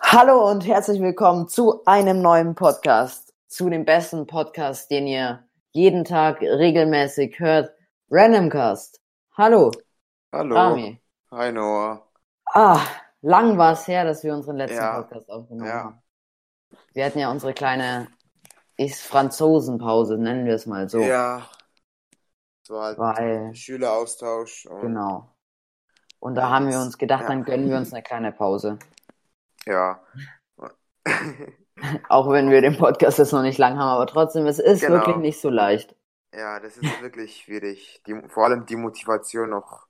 Hallo und herzlich willkommen zu einem neuen Podcast, zu dem besten Podcast, den ihr jeden Tag regelmäßig hört, Randomcast. Hallo, Hallo. Rami. Hi Noah. Ah, lang war es her, dass wir unseren letzten Ja. Podcast aufgenommen haben. Ja, Wir hatten ja unsere kleine Ist-Franzosen-Pause, nennen wir es mal so. ja. Es war halt Weil, Schüleraustausch und genau. Und da haben wir uns gedacht, Ja. dann gönnen wir uns eine kleine Pause. ja. Auch wenn wir den Podcast jetzt noch nicht lang haben, aber trotzdem, es ist Genau. wirklich nicht so leicht. Ja, das ist wirklich schwierig. Die, vor allem die Motivation noch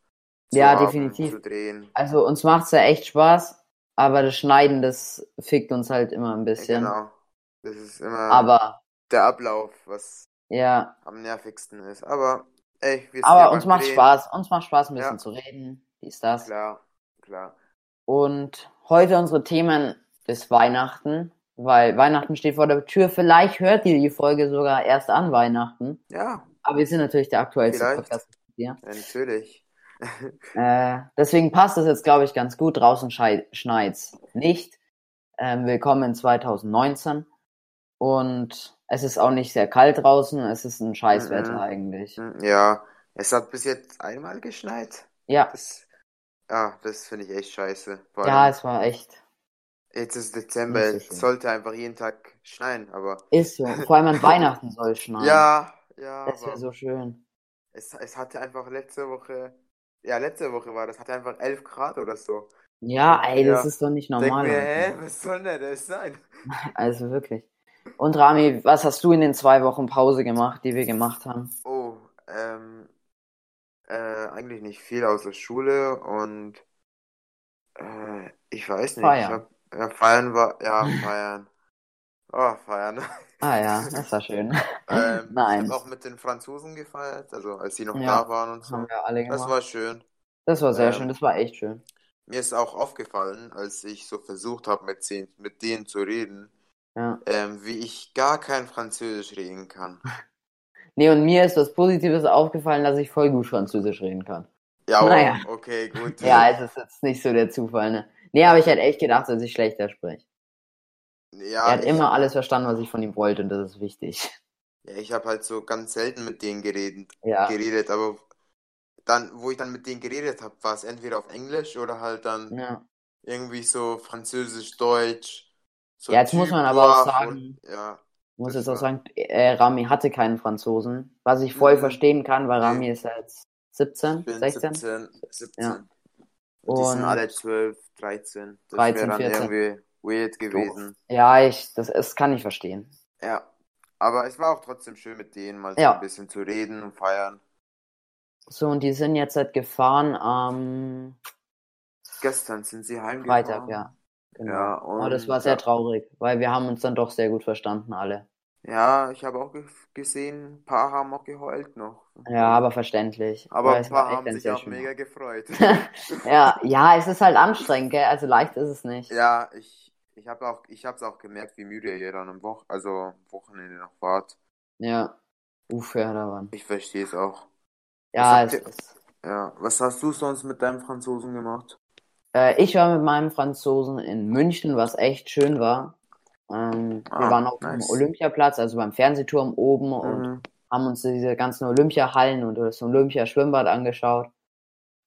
zu Ja, haben, definitiv. zu drehen. Also uns macht's ja echt Spaß, aber das Schneiden, das fickt uns halt immer ein bisschen. Genau. Das ist immer Aber der Ablauf, was ja, am nervigsten ist. Aber ey, wir sind ja aber beim uns macht Drehen. Spaß, uns macht Spaß ein bisschen Ja. zu reden, dies, das. Klar, klar. Und heute unsere Themen ist Weihnachten, weil Weihnachten steht vor der Tür. Vielleicht hört ihr die Folge sogar erst an Weihnachten, Ja, aber wir sind natürlich der aktuellste Vielleicht. Podcast. ja, natürlich. Äh, deswegen passt das jetzt, glaube ich, ganz gut. Draußen schei- schneit's nicht. Ähm, willkommen in 2019. Und es ist auch nicht sehr kalt draußen. Es ist ein Scheißwetter Mhm. eigentlich. Ja, es hat bis jetzt einmal geschneit. Ja, Das, ja, das finde ich echt scheiße. Vor ja, allem- es war echt. Jetzt ist Dezember, Nicht so es schön. sollte einfach jeden Tag schneien, aber. Ist so. Vor allem an Weihnachten soll es schneien. Ja, ja, Das wäre aber so schön. es, es hatte einfach letzte Woche, ja, letzte Woche war das, hatte einfach 11 Grad oder so. Ja, ey, das Ja. ist doch nicht Denk normal. mir, Alter. hä, was soll denn das sein? Also wirklich. Und Rami, was hast du in den zwei Wochen Pause gemacht, die wir gemacht haben? Oh, ähm, äh, eigentlich nicht viel außer Schule und, äh, ich weiß nicht, ich Feiern. hab, ja, feiern war, ja, feiern. Oh, feiern. Ah ja, das war schön. Ähm, ich Nein. hab auch mit den Franzosen gefeiert, also als die noch Ja, da waren und Das so. haben wir alle Das gemacht. war schön. Das war sehr ähm, schön, das war echt schön. Mir ist auch aufgefallen, als ich so versucht habe, mit, zehn- mit denen zu reden, Ja. ähm, wie ich gar kein Französisch reden kann. Nee, und mir ist was Positives aufgefallen, dass ich voll gut Französisch reden kann. Ja, Naja. oh, okay, gut. Ja, es ist jetzt nicht so der Zufall, ne? Nee, aber ich hätte echt gedacht, dass ich schlechter spreche. Ja, Er hat ich, immer alles verstanden, was ich von ihm wollte, und das ist wichtig. ja, ich habe halt so ganz selten mit denen geredet, Ja, geredet, aber dann, wo ich dann mit denen geredet habe, war es entweder auf Englisch oder halt dann ja. irgendwie so Französisch, Deutsch, so Ja, jetzt muss man aber auch sagen- und, ja, Muss Das jetzt auch war- sagen, äh, Rami hatte keinen Franzosen, was ich voll Mhm. verstehen kann, weil Nee. Rami ist ja jetzt 17, ich bin 16, 17, 17. Ja. Und die sind Und- alle 12, 13. Das 13, wäre dann 14. irgendwie weird gewesen. Ja, ich, das ist, kann ich verstehen. Ja, aber es war auch trotzdem schön, mit denen mal so Ja. ein bisschen zu reden und feiern. So, und die sind jetzt halt gefahren am Gestern sind sie heimgefahren. Freitag, ja. Genau. Ja, Aber das und- war sehr traurig, weil wir haben uns dann doch sehr gut verstanden, alle. Ja, ich habe auch ge gesehen, ein paar haben auch geheult noch. Ja, aber verständlich. Aber Weil ein es war paar echt haben ein sich sehr auch schöner mega gefreut. Ja, ja, es ist halt anstrengend, gell? Also leicht ist es nicht. Ja, ich, ich habe auch, ich hab's auch gemerkt, wie müde ihr dann am Woch also am Wochenende noch wart. Ja. Uff, ja, da waren. Ich verstehe es auch. Ja, es habt ihr- ist. Ja, was hast du sonst mit deinem Franzosen gemacht? Äh, ich war mit meinem Franzosen in München, was echt schön war. Ähm, wir Ah, waren auf dem nice. Olympiaplatz, also beim Fernsehturm oben und Mhm. haben uns diese ganzen Olympiahallen und das Olympiaschwimmbad angeschaut.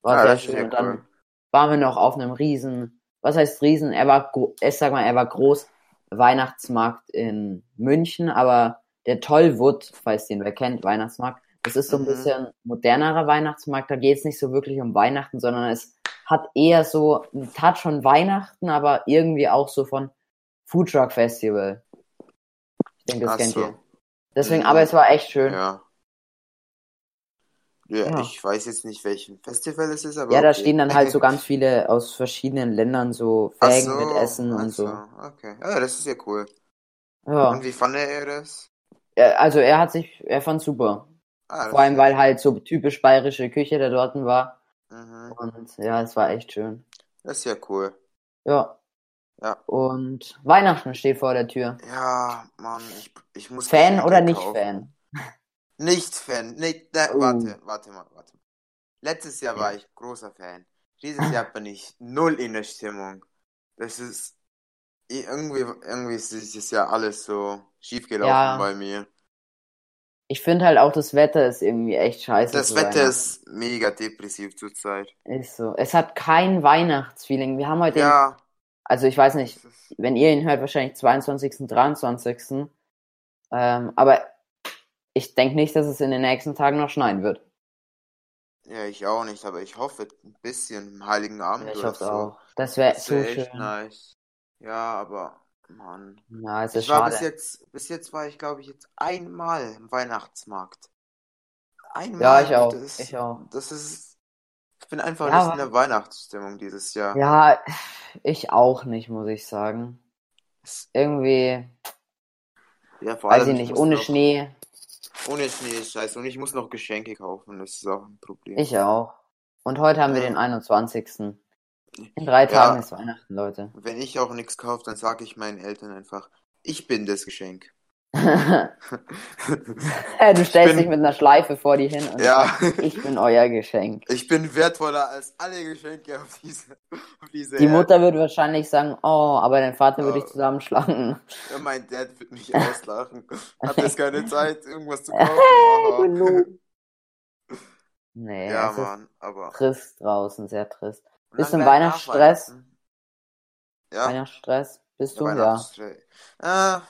War Ja, sehr Ah, das ist schön. ja Und dann cool. waren wir noch auf einem Riesen, was heißt Riesen? Er war, gro- ich sag mal, er war groß Weihnachtsmarkt in München, aber der Tollwood, falls den wer kennt, Weihnachtsmarkt, das ist so ein Mhm. bisschen modernerer Weihnachtsmarkt. Da geht es nicht so wirklich um Weihnachten, sondern es hat eher so einen Touch von Weihnachten, aber irgendwie auch so von Food Truck Festival. Ich denke, das Ach kennt so. ihr. Deswegen, Mhm. aber es war echt schön. Ja. Ja, Ja. ich weiß jetzt nicht, welchen Festival es ist, aber Ja, da okay. stehen dann halt so ganz viele aus verschiedenen Ländern so Ach Fägen so, mit Essen ach und so. Okay. Ja, das ist ja cool. Ja. Und wie fand er das? Er- Also er hat sich, er fand super. Ah, das Vor allem, ist weil halt so typisch bayerische Küche da dort war. ja, mhm. Und ja, es war echt schön. Das ist ja cool. Ja. Ja. Und Weihnachten steht vor der Tür. Ja, Mann, ich, ich muss Fan Geschenke oder nicht kaufen. Fan? Nicht Fan. Nee, nein, Oh. warte, warte mal, warte mal. Letztes Jahr war ich großer Fan. Dieses Jahr bin ich null in der Stimmung. Das ist irgendwie, irgendwie ist dieses Jahr alles so schiefgelaufen Ja. bei mir. Ich finde halt auch, das Wetter ist irgendwie echt scheiße. Das zu Wetter Weihnachten. ist mega depressiv zurzeit. Ist so. Es hat kein Weihnachtsfeeling. Wir haben heute, den, Ja, also ich weiß nicht, das ist, wenn ihr ihn hört, wahrscheinlich 22., 23. Ähm, aber ich denke nicht, dass es in den nächsten Tagen noch schneien wird. ja, ich auch nicht, aber ich hoffe ein bisschen am Heiligen Abend Ich oder hoffe so. auch. Das wäre Das so wär echt schön. nice. Ja, aber Mann. Ja, es ist Ich war schade. bis jetzt, bis jetzt war ich, glaube ich, jetzt einmal im Weihnachtsmarkt. Einmal. Ja, ich auch. Das, Ich auch. das ist. Ich bin einfach Ja, nicht in der Weihnachtsstimmung dieses Jahr. Ja, ich auch nicht, muss ich sagen. Ist irgendwie, Ja, vor weiß ich allem, ich nicht, muss ohne noch, Schnee. ohne Schnee ist scheiße. Und ich muss noch Geschenke kaufen. Das ist auch ein Problem. Ich auch. Und heute haben wir Ja. den 21. In drei Tagen ist Weihnachten, Leute. Wenn ich auch nichts kaufe, dann sage ich meinen Eltern einfach, ich bin das Geschenk. du stellst bin- dich mit einer Schleife vor die hin und Ja, sagst, ich bin euer Geschenk. ich bin wertvoller als alle Geschenke auf dieser, auf dieser Die Erde. Mutter wird wahrscheinlich sagen, oh, aber dein Vater würde Oh. ich zusammenschlagen. Ja, mein Dad wird mich auslachen. Hat jetzt keine Zeit, irgendwas zu kaufen. Aha. Nee, Ja, es ist Mann, aber. trist draußen, sehr trist. Und Bist dann du im gleich nach Weihnachtsstress? Weihnachten. Ja, Weihnachtsstress? Bist ja, du? Ja, Weihnachtsstress. Ah,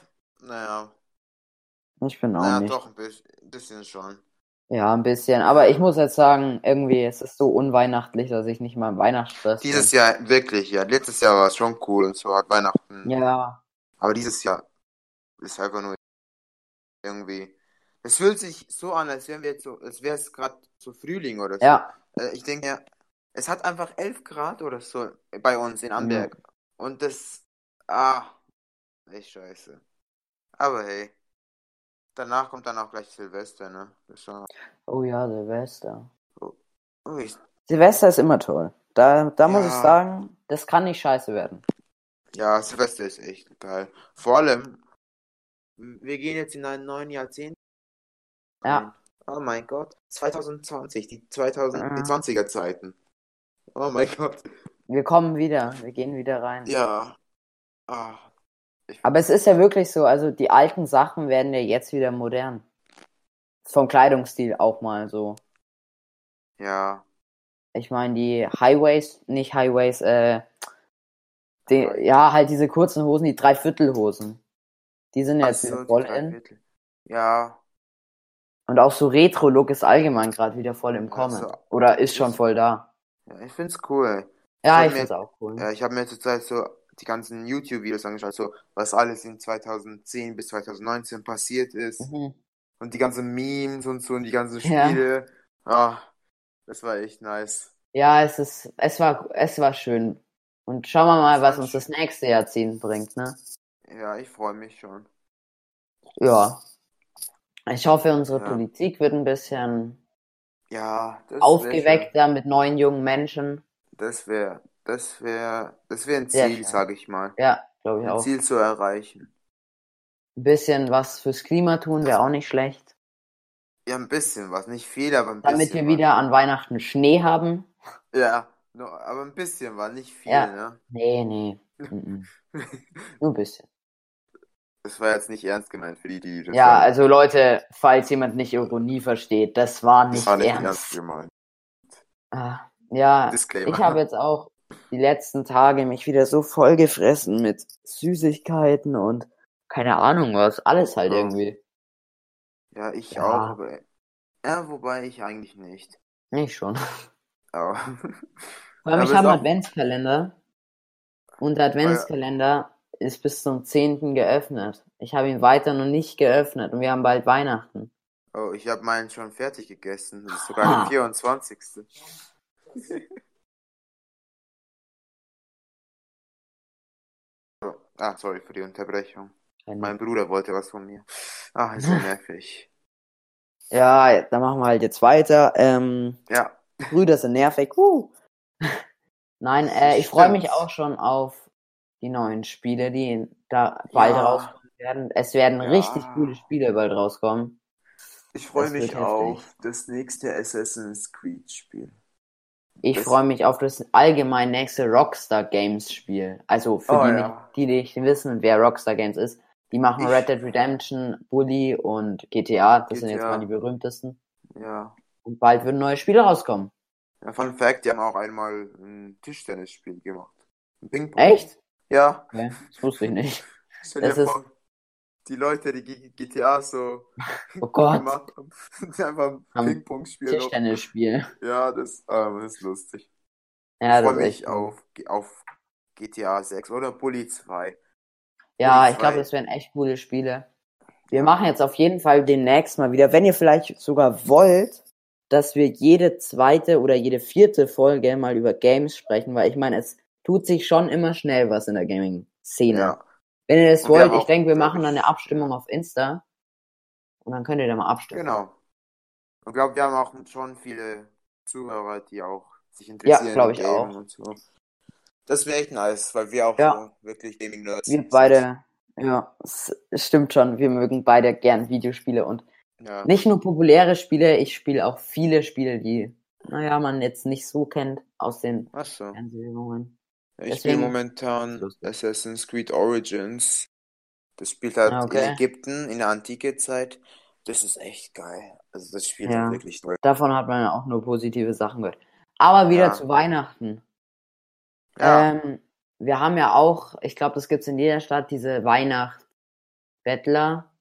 naja, ich bin auch naja, Genau nicht. doch ein bisschen, ein bisschen schon. Ja, ein bisschen. Aber ich muss jetzt sagen, irgendwie, es ist so unweihnachtlich, dass ich nicht mal im Weihnachtsstress Dieses Jahr, wirklich, ja. Letztes Jahr war es schon cool und so hat Weihnachten. bin. Ja, Aber dieses Jahr ist einfach nur irgendwie. Es fühlt sich so an, als wären wir jetzt so, als wäre es gerade so Frühling oder so. ja, Äh, Ich denke mir, es hat einfach 11 Grad oder so bei uns in Amberg. Und das, ah, echt scheiße. Aber hey, danach kommt dann auch gleich Silvester, ne? Das ist schon- oh ja, Silvester. Oh, ich, Silvester ist immer toll. Da, da muss Ja. ich sagen, das kann nicht scheiße werden. ja, Silvester ist echt geil. Vor allem, wir gehen jetzt in einen neuen Jahrzehnt. Ja. Oh mein Gott, 2020, die 2000, die Mhm. 20er Zeiten. Oh mein Gott. Wir kommen wieder, wir gehen wieder rein. Ja. Ah, Aber es ist ja wirklich so, also die alten Sachen werden ja jetzt wieder modern. Vom Kleidungsstil auch mal so. ja. Ich meine, die Highways, nicht Highways, äh, die, ja, halt diese kurzen Hosen, die Dreiviertelhosen. Die sind Ach jetzt so, wieder die voll drei in. Viertel. Ja. Und auch so Retro-Look ist allgemein gerade wieder voll im Kommen. Also, Oder ist schon ist- voll da. Ja, ich find's cool. Ja, hab ich mir- äh, find's auch cool. Ja, ich habe mir zurzeit so die ganzen YouTube-Videos angeschaut, so was alles in 2010 bis 2019 passiert ist Mhm. und die ganzen Memes und so und die ganzen Ja. Spiele. Ah, das war echt nice. Ja, es ist, es war, es war schön. Und schauen wir mal, Es war was uns das nächste Jahrzehnt bringt, ne? Ja, ich freue mich schon. Ja. Ich hoffe, unsere Ja. Politik wird ein bisschen Ja, das wär aufgeweckter mit neuen jungen Menschen. schön. Das wäre, das wäre, das wäre ein Sehr Ziel, schön. sage ich mal. Ja, glaube ich Ein auch. Ziel zu erreichen. Ein bisschen was fürs Klima tun wäre auch nicht schlecht. Ja, ein bisschen was, nicht viel, aber ein Damit wir bisschen wieder an Weihnachten Schnee haben. was. Ja, nur, aber ein bisschen was, nicht viel, Ja. ne? Nee, nee. Mhm. Nur ein bisschen. Das war jetzt nicht ernst gemeint für die, die das Ja, hören. also Leute, falls jemand nicht Ironie versteht, das war Das nicht war nicht ernst ernst. gemeint. Ah, ja, Disclaimer. ich habe jetzt auch die letzten Tage mich wieder so vollgefressen mit Süßigkeiten und keine Ahnung was, alles halt Ja. irgendwie. Ja, ich Ja. auch, aber. Ja, wobei ich eigentlich nicht. Oh. Nicht schon. Aber Vor allem, Aber ich ist habe einen auch- Ah, Adventskalender und der Adventskalender ist bis zum 10. geöffnet. Ich habe ihn weiter noch nicht geöffnet und wir haben bald Weihnachten. Oh, ich habe meinen schon fertig gegessen. Das ist sogar Ah. der 24. So. Ah, sorry für die Unterbrechung. Mein Bruder wollte was von mir. Ah, ist so nervig. Ja, dann machen wir halt jetzt weiter. Ähm, Ja, Brüder sind nervig. Uh. Nein, äh, ich Stimmt. freue mich auch schon auf die neuen Spiele, die da bald Ja. rauskommen werden. Es werden Ja. richtig coole Spiele bald rauskommen. ich freue Das wird mich heftig. auf das nächste Assassin's Creed Spiel. Ich Das- freue mich auf das allgemein nächste Rockstar Games Spiel. Also für Oh, die, ja. nicht- die nicht wissen, wer Rockstar Games ist, die machen Ich- Red Dead Redemption, Bully und GTA. Das sind jetzt GTA. mal die berühmtesten. Ja. Und bald wird ein neues Spiel rauskommen. ja. Fun Fact, die haben auch einmal ein Tischtennisspiel gemacht. Ein Ping-Pong. Echt? Ja. Okay, das wusste ich nicht. Stell Das dir ist- vor, die Leute, die G- GTA so Oh Gott, gemacht haben, sind einfach Am ein Ping-Pong spielen. noch. Tischtennisspiel. Ja, das, ähm, das ist lustig. Ja, Ich das freue ist echt mich auf, auf GTA 6 oder Bully 2. Ja, Bully ich glaube, 2. das wären echt coole Spiele. Wir machen jetzt auf jeden Fall demnächst mal wieder, wenn ihr vielleicht sogar wollt, dass wir jede zweite oder jede vierte Folge mal über Games sprechen, weil ich meine, es tut sich schon immer schnell was in der Gaming-Szene. Ja. Wenn ihr das Und wir wollt, haben ich auch, denke, wir glaub machen dann ich, eine Abstimmung auf Insta und dann könnt ihr da mal abstimmen. Genau. Ich glaube, wir haben auch schon viele Zuhörer, die auch sich interessieren, Ja, glaub ich Gaming auch. und so. Das wäre echt nice, weil wir auch Ja. so wirklich Gaming-Nerds Wir sind. beide, ja, es es stimmt schon, wir mögen beide gern Videospiele und Ja. Nicht nur populäre Spiele, ich spiele auch viele Spiele, die, naja, man jetzt nicht so kennt aus den Ach so. Fernsehsendungen. Ja, Ich Deswegen- spiele momentan Lustig. Assassin's Creed Origins. Das spielt halt Ah, in okay. Ägypten in der Antikezeit. Das ist echt geil. Also das Spiel Ja. hat wirklich toll. Davon hat man ja auch nur positive Sachen gehört. Aber wieder Ja. zu Weihnachten. Ja, Ähm, wir haben ja auch, ich glaube, das gibt's in jeder Stadt, diese Weihnachtsbettler,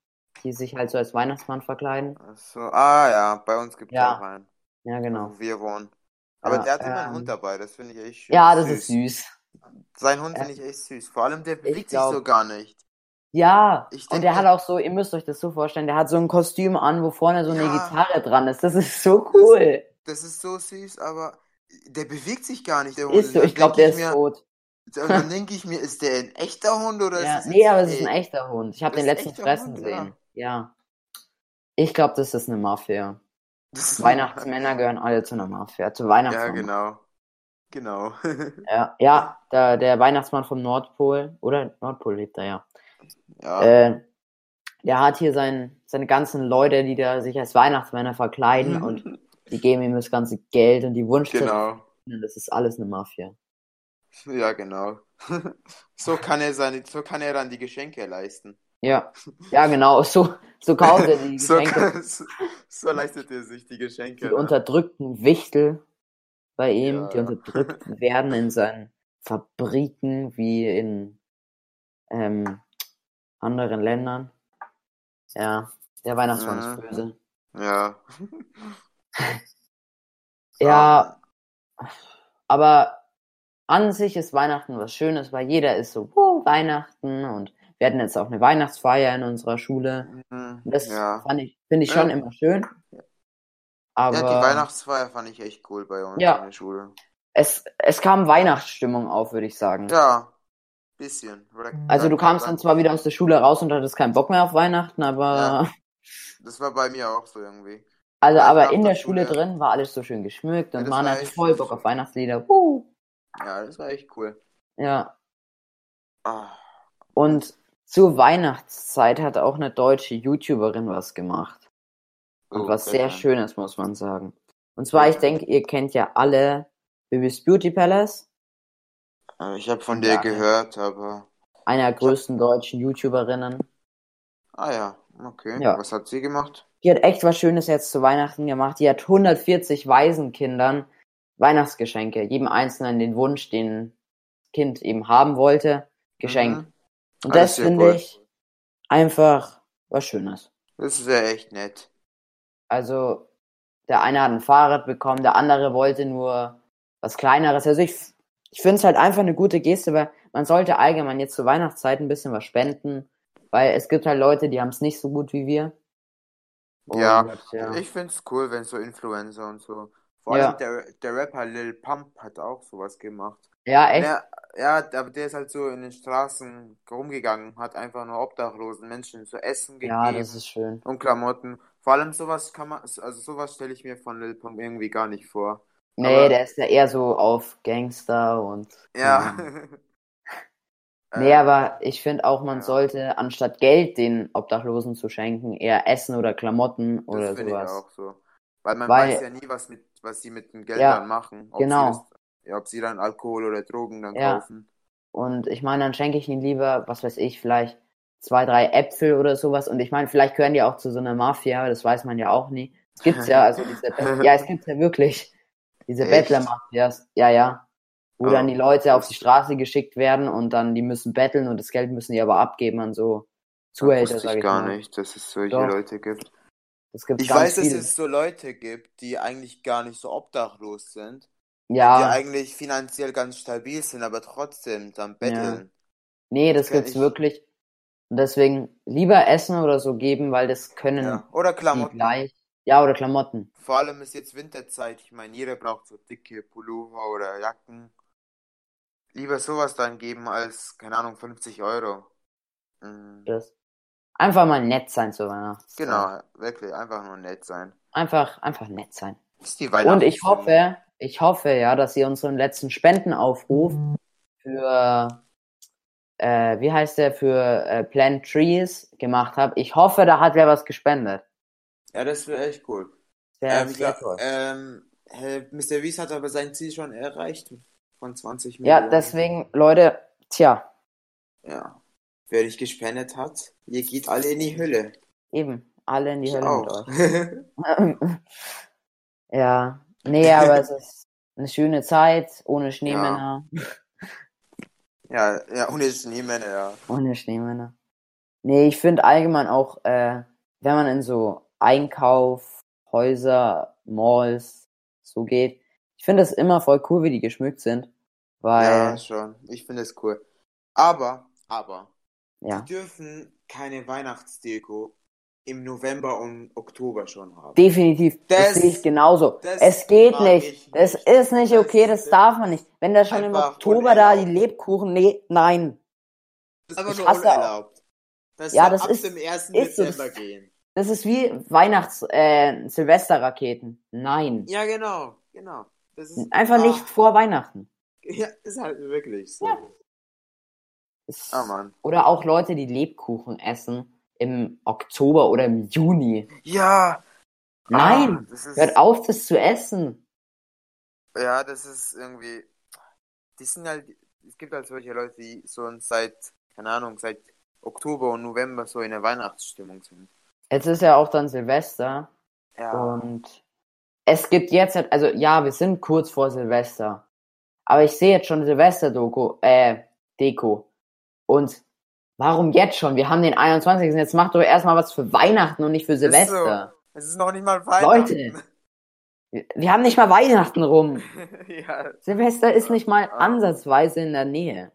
die sich halt so als Weihnachtsmann verkleiden. ach so. Ah ja, bei uns gibt es Ja. auch einen, Ja, genau. wo wir wohnen. Aber Ja, der hat immer einen ähm, Hund dabei, das finde ich echt schön Ja, das ist süß. süß. Sein Hund Ja. finde ich echt süß. Vor allem, der bewegt sich glaub- so gar nicht. Ja, Ich und denke- der hat auch so, ihr müsst euch das so vorstellen, der hat so ein Kostüm an, wo vorne so eine Ja. Gitarre dran ist. Das ist so cool. Das ist so süß, aber der bewegt sich gar nicht, der Hund. Ist so, Und dann ich glaube, denke der ich ist mir, tot. und dann denke ich mir, ist der ein echter Hund oder ist Ja, das nee, jetzt aber es ist ein eh- echter Hund. Ich habe Das den ist ein letzten echter Fressen Hund, sehen. Ja. Ich glaube, das ist eine Mafia. Das ist- Weihnachtsmänner gehören alle zu einer Mafia, zu Weihnachtsmann. Ja, genau. Genau. Ja, ja der, der Weihnachtsmann vom Nordpol, oder? Nordpol lebt er ja. Ja, Äh, der hat hier sein, seine ganzen Leute, die da sich als Weihnachtsmänner Mhm. verkleiden und die geben ihm das ganze Geld und die Wunschzettel. genau. Und Das ist alles eine Mafia. Ja, genau. So kann er seine, so kann er dann die Geschenke leisten. Ja, ja genau. So, so kauft er die So, Geschenke kann, so, so leistet er sich die Geschenke. die ne? unterdrückten Wichtel bei ihm, Ja, die ja. unterdrückt werden in seinen Fabriken wie in ähm, anderen Ländern. Ja, der Weihnachtsmann Mhm. ist böse. Ja. Ja, aber an sich ist Weihnachten was Schönes, weil jeder ist so, wow, Weihnachten und wir hatten jetzt auch eine Weihnachtsfeier in unserer Schule. Ähm, Und Das ja. fand ich, finde ich schon Ja. immer schön. Aber Ja, die Weihnachtsfeier fand ich echt cool bei uns Ja. in der Schule. es, es kam Weihnachtsstimmung auf, würde ich sagen. Ja, bisschen. Also du kamst dann zwar wieder aus der Schule raus und hattest keinen Bock mehr auf Weihnachten, aber Das war bei mir auch so irgendwie. also Ja, ich aber glaub, in der das Schule Schule- drin war alles so schön geschmückt Ja, und das man war hatte echt voll schön. Bock auf Weihnachtslieder. Uh. Ja, das war echt cool. Ja. Ah, Und zur Weihnachtszeit hat auch eine deutsche YouTuberin was gemacht. Und oh, was sehr sehr schön. Schönes, muss man sagen. Und zwar, ich Ja. denke, ihr kennt ja alle Bibis Beauty Palace, Äh, Ich habe von der Ja. gehört, aber. einer der größten deutschen YouTuberinnen. Ah ja, okay. Ja. Was hat sie gemacht? Die hat echt was Schönes jetzt zu Weihnachten gemacht. Die hat 140 Waisenkindern Weihnachtsgeschenke, jedem Einzelnen den Wunsch, den das Kind eben haben wollte, geschenkt. Mhm. Und Ah, das ist sehr finde cool. ich einfach was Schönes. Das ist ja echt nett. Also der eine hat ein Fahrrad bekommen, der andere wollte nur was Kleineres. Also ich, ich finde es halt einfach eine gute Geste, weil man sollte allgemein jetzt zur Weihnachtszeit ein bisschen was spenden, weil es gibt halt Leute, die haben es nicht so gut wie wir. Ja, Und, ja. Ich find's cool, wenn so Influencer und so. Vor Ja. allem der, der Rapper Lil Pump hat auch sowas gemacht. ja, echt. Der, ja, aber der ist halt so in den Straßen rumgegangen, hat einfach nur obdachlosen Menschen zu essen Ja, gegeben das ist schön. und Klamotten. Vor allem sowas kann man, also sowas stelle ich mir von Lil Pump irgendwie gar nicht vor. Nee, Aber- der ist ja eher so auf Gangster und. Ja. Mhm. Nee, Äh, aber ich finde auch, man ja. sollte anstatt Geld den Obdachlosen zu schenken, eher Essen oder Klamotten Das oder finde ich sowas. auch so. Weil man Weil- weiß ja nie, was mit, was sie mit dem Geld Ja, dann machen. Ob genau. Sie das, ja, ob sie dann Alkohol oder Drogen dann Ja. kaufen. Und ich meine, dann schenke ich ihnen lieber, was weiß ich, vielleicht zwei, drei Äpfel oder sowas. Und ich meine, vielleicht gehören die auch zu so einer Mafia, aber das weiß man ja auch nie. Es gibt's ja, also diese, Be- ja, es gibt's ja wirklich. Diese Echt? Bettler-Mafias, ja, ja. Wo Ah, dann die Leute auf die das- Straße geschickt werden und dann die müssen betteln und das Geld müssen die aber abgeben an so Zuhälter, wusste sag ich ich gar mal. nicht, dass es solche Doch. Leute gibt. Das gibt's Ich ganz weiß, dass viele. es so Leute gibt, die eigentlich gar nicht so obdachlos sind, die ja, eigentlich finanziell ganz stabil sind, aber trotzdem dann betteln. nee, das kenn gibt's ich. wirklich. Und deswegen lieber Essen oder so geben, weil das Ja. können Oder die Klamotten. gleich. Ja, oder Klamotten. Vor allem ist jetzt Winterzeit. Ich meine, jeder braucht so dicke Pullover oder Jacken. Lieber sowas dann geben als, keine Ahnung, 50 Euro. Mhm. Das. Einfach mal nett sein zu Weihnachten. Genau, wirklich, einfach nur nett sein. Einfach, einfach nett sein. Ist die Und ich Weihnachtsstimmung. hoffe, ich hoffe ja, dass ihr unseren letzten Spendenaufruf für, äh, wie heißt der, für äh, Plant Trees gemacht habt. Ich hoffe, da hat wer was gespendet. Ja, das wäre echt cool. Sehr, Ähm, ich sehr glaub, toll. ähm, Herr Mr. Wies hat aber sein Ziel schon erreicht von 20 ja, Millionen. deswegen, Leute, tja, Ja. Wer dich gespendet hat, ihr geht alle in die Hölle. eben, alle in die Ich Hölle auch. mit euch. ja, nee, aber es ist eine schöne Zeit, ohne Schneemänner. ja, ja, und jetzt Schneemänner, ja. Ohne Schneemänner. Nee, ich finde allgemein auch, äh, wenn man in so Einkauf, Häuser, Malls so geht, ich finde das immer voll cool, wie die geschmückt sind. Ja, Weil, schon. Ich finde es cool. Aber, aber, ja. wir dürfen keine Weihnachtsdeko im November und Oktober schon haben. Definitiv, das, Das- sehe ich genauso. das Es geht mag nicht. ich Es nicht. ist nicht Das okay, das ist darf man nicht. Wenn da schon im einfach Oktober da die unerlaubt. Lebkuchen, nee, nein. Das ist einfach Ich nur hasse auch- unerlaubt. Das Ja, soll das ab ist- dem 1. ist so, das- Dezember gehen. Das ist wie Weihnachts-, äh, Silvesterraketen. Nein. Ja, Ah. genau, genau. Das ist Einfach nicht vor Weihnachten. Ja, ist halt wirklich so. Es- Ah, Mann. Oder auch Leute, die Lebkuchen essen im Oktober oder im Juni. Ja. Nein, Ah, das ist, Hört auf, das zu essen. Ja, das ist irgendwie. Die sind halt. Es gibt halt solche Leute, die so seit, keine Ahnung, seit Oktober und November so in der Weihnachtsstimmung sind. Jetzt ist ja auch dann Silvester Ja. und es gibt jetzt, halt- also ja, wir sind kurz vor Silvester, aber ich sehe jetzt schon Silvester-Doku, äh, Deko. Und warum jetzt schon? Wir haben den 21. Jetzt macht doch erstmal was für Weihnachten und nicht für so. Silvester. Es ist noch nicht mal Leute, Weihnachten. wir- wir haben nicht mal Weihnachten rum. Leute. ja. Silvester ist nicht mal Ah. ansatzweise in der Nähe.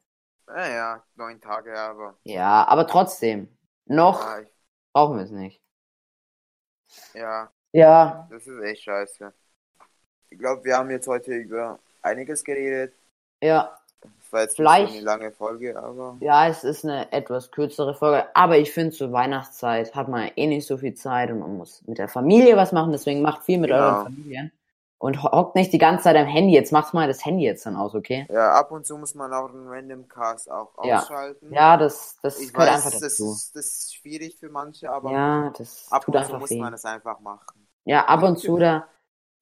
Naja, neun Tage, ja, aber. Ja, aber trotzdem. Noch Ja, ich, brauchen wir es nicht. ja, Ja, das ist echt scheiße. Ich glaube, wir haben jetzt heute über einiges geredet. ja, Es war jetzt Vielleicht- nicht so eine lange Folge, aber. ja, es ist eine etwas kürzere Folge, aber ich finde, zur Weihnachtszeit hat man ja eh nicht so viel Zeit und man muss mit der Familie was machen, deswegen macht viel mit Genau. euren Familien und ho- hockt nicht die ganze Zeit am Handy. Jetzt macht mal das Handy jetzt dann aus, okay? Ja, ab und zu muss man auch einen Random Cast auch Ja. ausschalten. Ja, das, das Mhm. ich gehört weiß, einfach das, dazu. ist, das ist schwierig für manche, aber Ja, das ab tut und zu einfach muss weh. man es einfach machen. Ja, ab und zu, da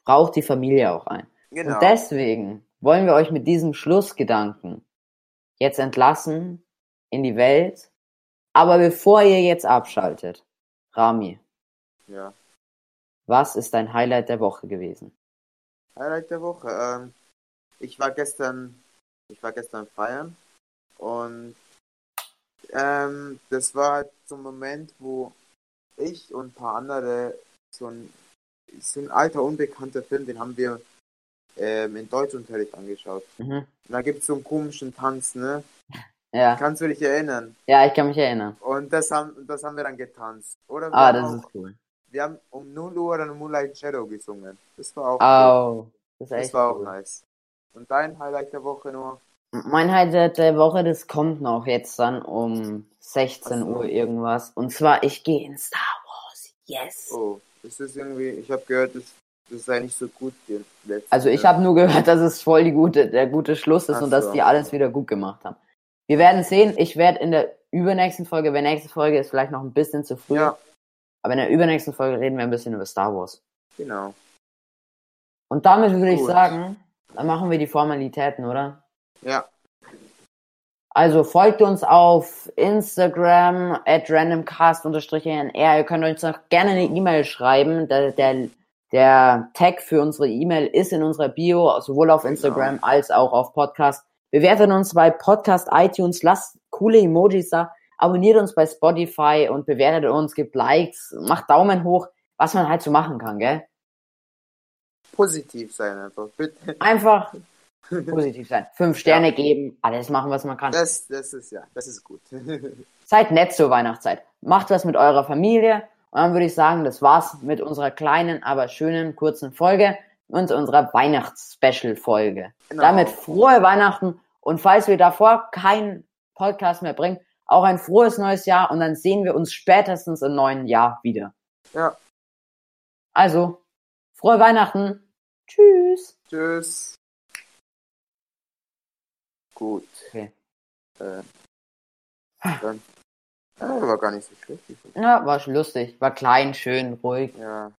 braucht die Familie auch ein. Genau. Und deswegen wollen wir euch mit diesem Schlussgedanken jetzt entlassen in die Welt. Aber bevor ihr jetzt abschaltet, Rami, ja. was ist dein Highlight der Woche gewesen? Highlight der Woche. Ähm, ich war gestern, ich war gestern feiern und ähm, das war halt so ein Moment, wo ich und ein paar andere so ein, so ein alter unbekannter Film, den haben wir ähm, in Deutschunterricht angeschaut. Mhm. Und da gibt es so einen komischen Tanz, ne? Ja, Kannst du dich erinnern? ja, ich kann mich erinnern. Und das haben, das haben wir dann getanzt. Oder wir, Ah, haben, das auch, ist cool. wir haben um 0 Uhr dann Moonlight Shadow gesungen. Das war auch, cool. Au, das ist das echt war auch cool. nice. Und dein Highlight der Woche nur? Mein Highlight der Woche, das kommt noch jetzt dann um 16 Ach so. Uhr irgendwas. Und zwar, ich gehe in Star Wars. Yes. Oh, es ist irgendwie, ich habe gehört, das, das sei nicht so gut. die letzten- Also ich habe nur gehört, dass es voll die gute, der gute Schluss ist Ach und dass so. die alles wieder gut gemacht haben. Wir werden sehen. Ich werde in der übernächsten Folge, wenn nächste Folge ist vielleicht noch ein bisschen zu früh, Ja, aber in der übernächsten Folge reden wir ein bisschen über Star Wars. genau. Und damit würde ich Gut. sagen, dann machen wir die Formalitäten, oder? Ja. Also folgt uns auf Instagram at randomcast-nr. Ihr könnt uns auch gerne eine E-Mail schreiben. Der, der, der Tag für unsere E-Mail ist in unserer Bio, sowohl auf Instagram als auch auf Podcast. Bewertet uns bei Podcast, iTunes, lasst coole Emojis da, abonniert uns bei Spotify und bewertet uns, gebt Likes, macht Daumen hoch, was man halt so machen kann, gell? Positiv sein einfach. Bitte. Einfach positiv sein. Fünf Sterne geben, alles machen, was man kann. Das, das ist ja, das ist gut. Genau. Seid nett zur Weihnachtszeit. Macht was mit eurer Familie. Und dann würde ich sagen, das war's mit unserer kleinen, aber schönen, kurzen Folge und unserer Weihnachts-Special-Folge. Genau. Damit frohe Weihnachten und falls wir davor keinen Podcast mehr bringen, auch ein frohes neues Jahr und dann sehen wir uns spätestens im neuen Jahr wieder. Ja. Also, frohe Weihnachten. Tschüss. Tschüss. Gut. Okay. Äh, dann, äh, war gar nicht so schlecht. die Folge. Na, war lustig. War klein, schön, ruhig. Ja.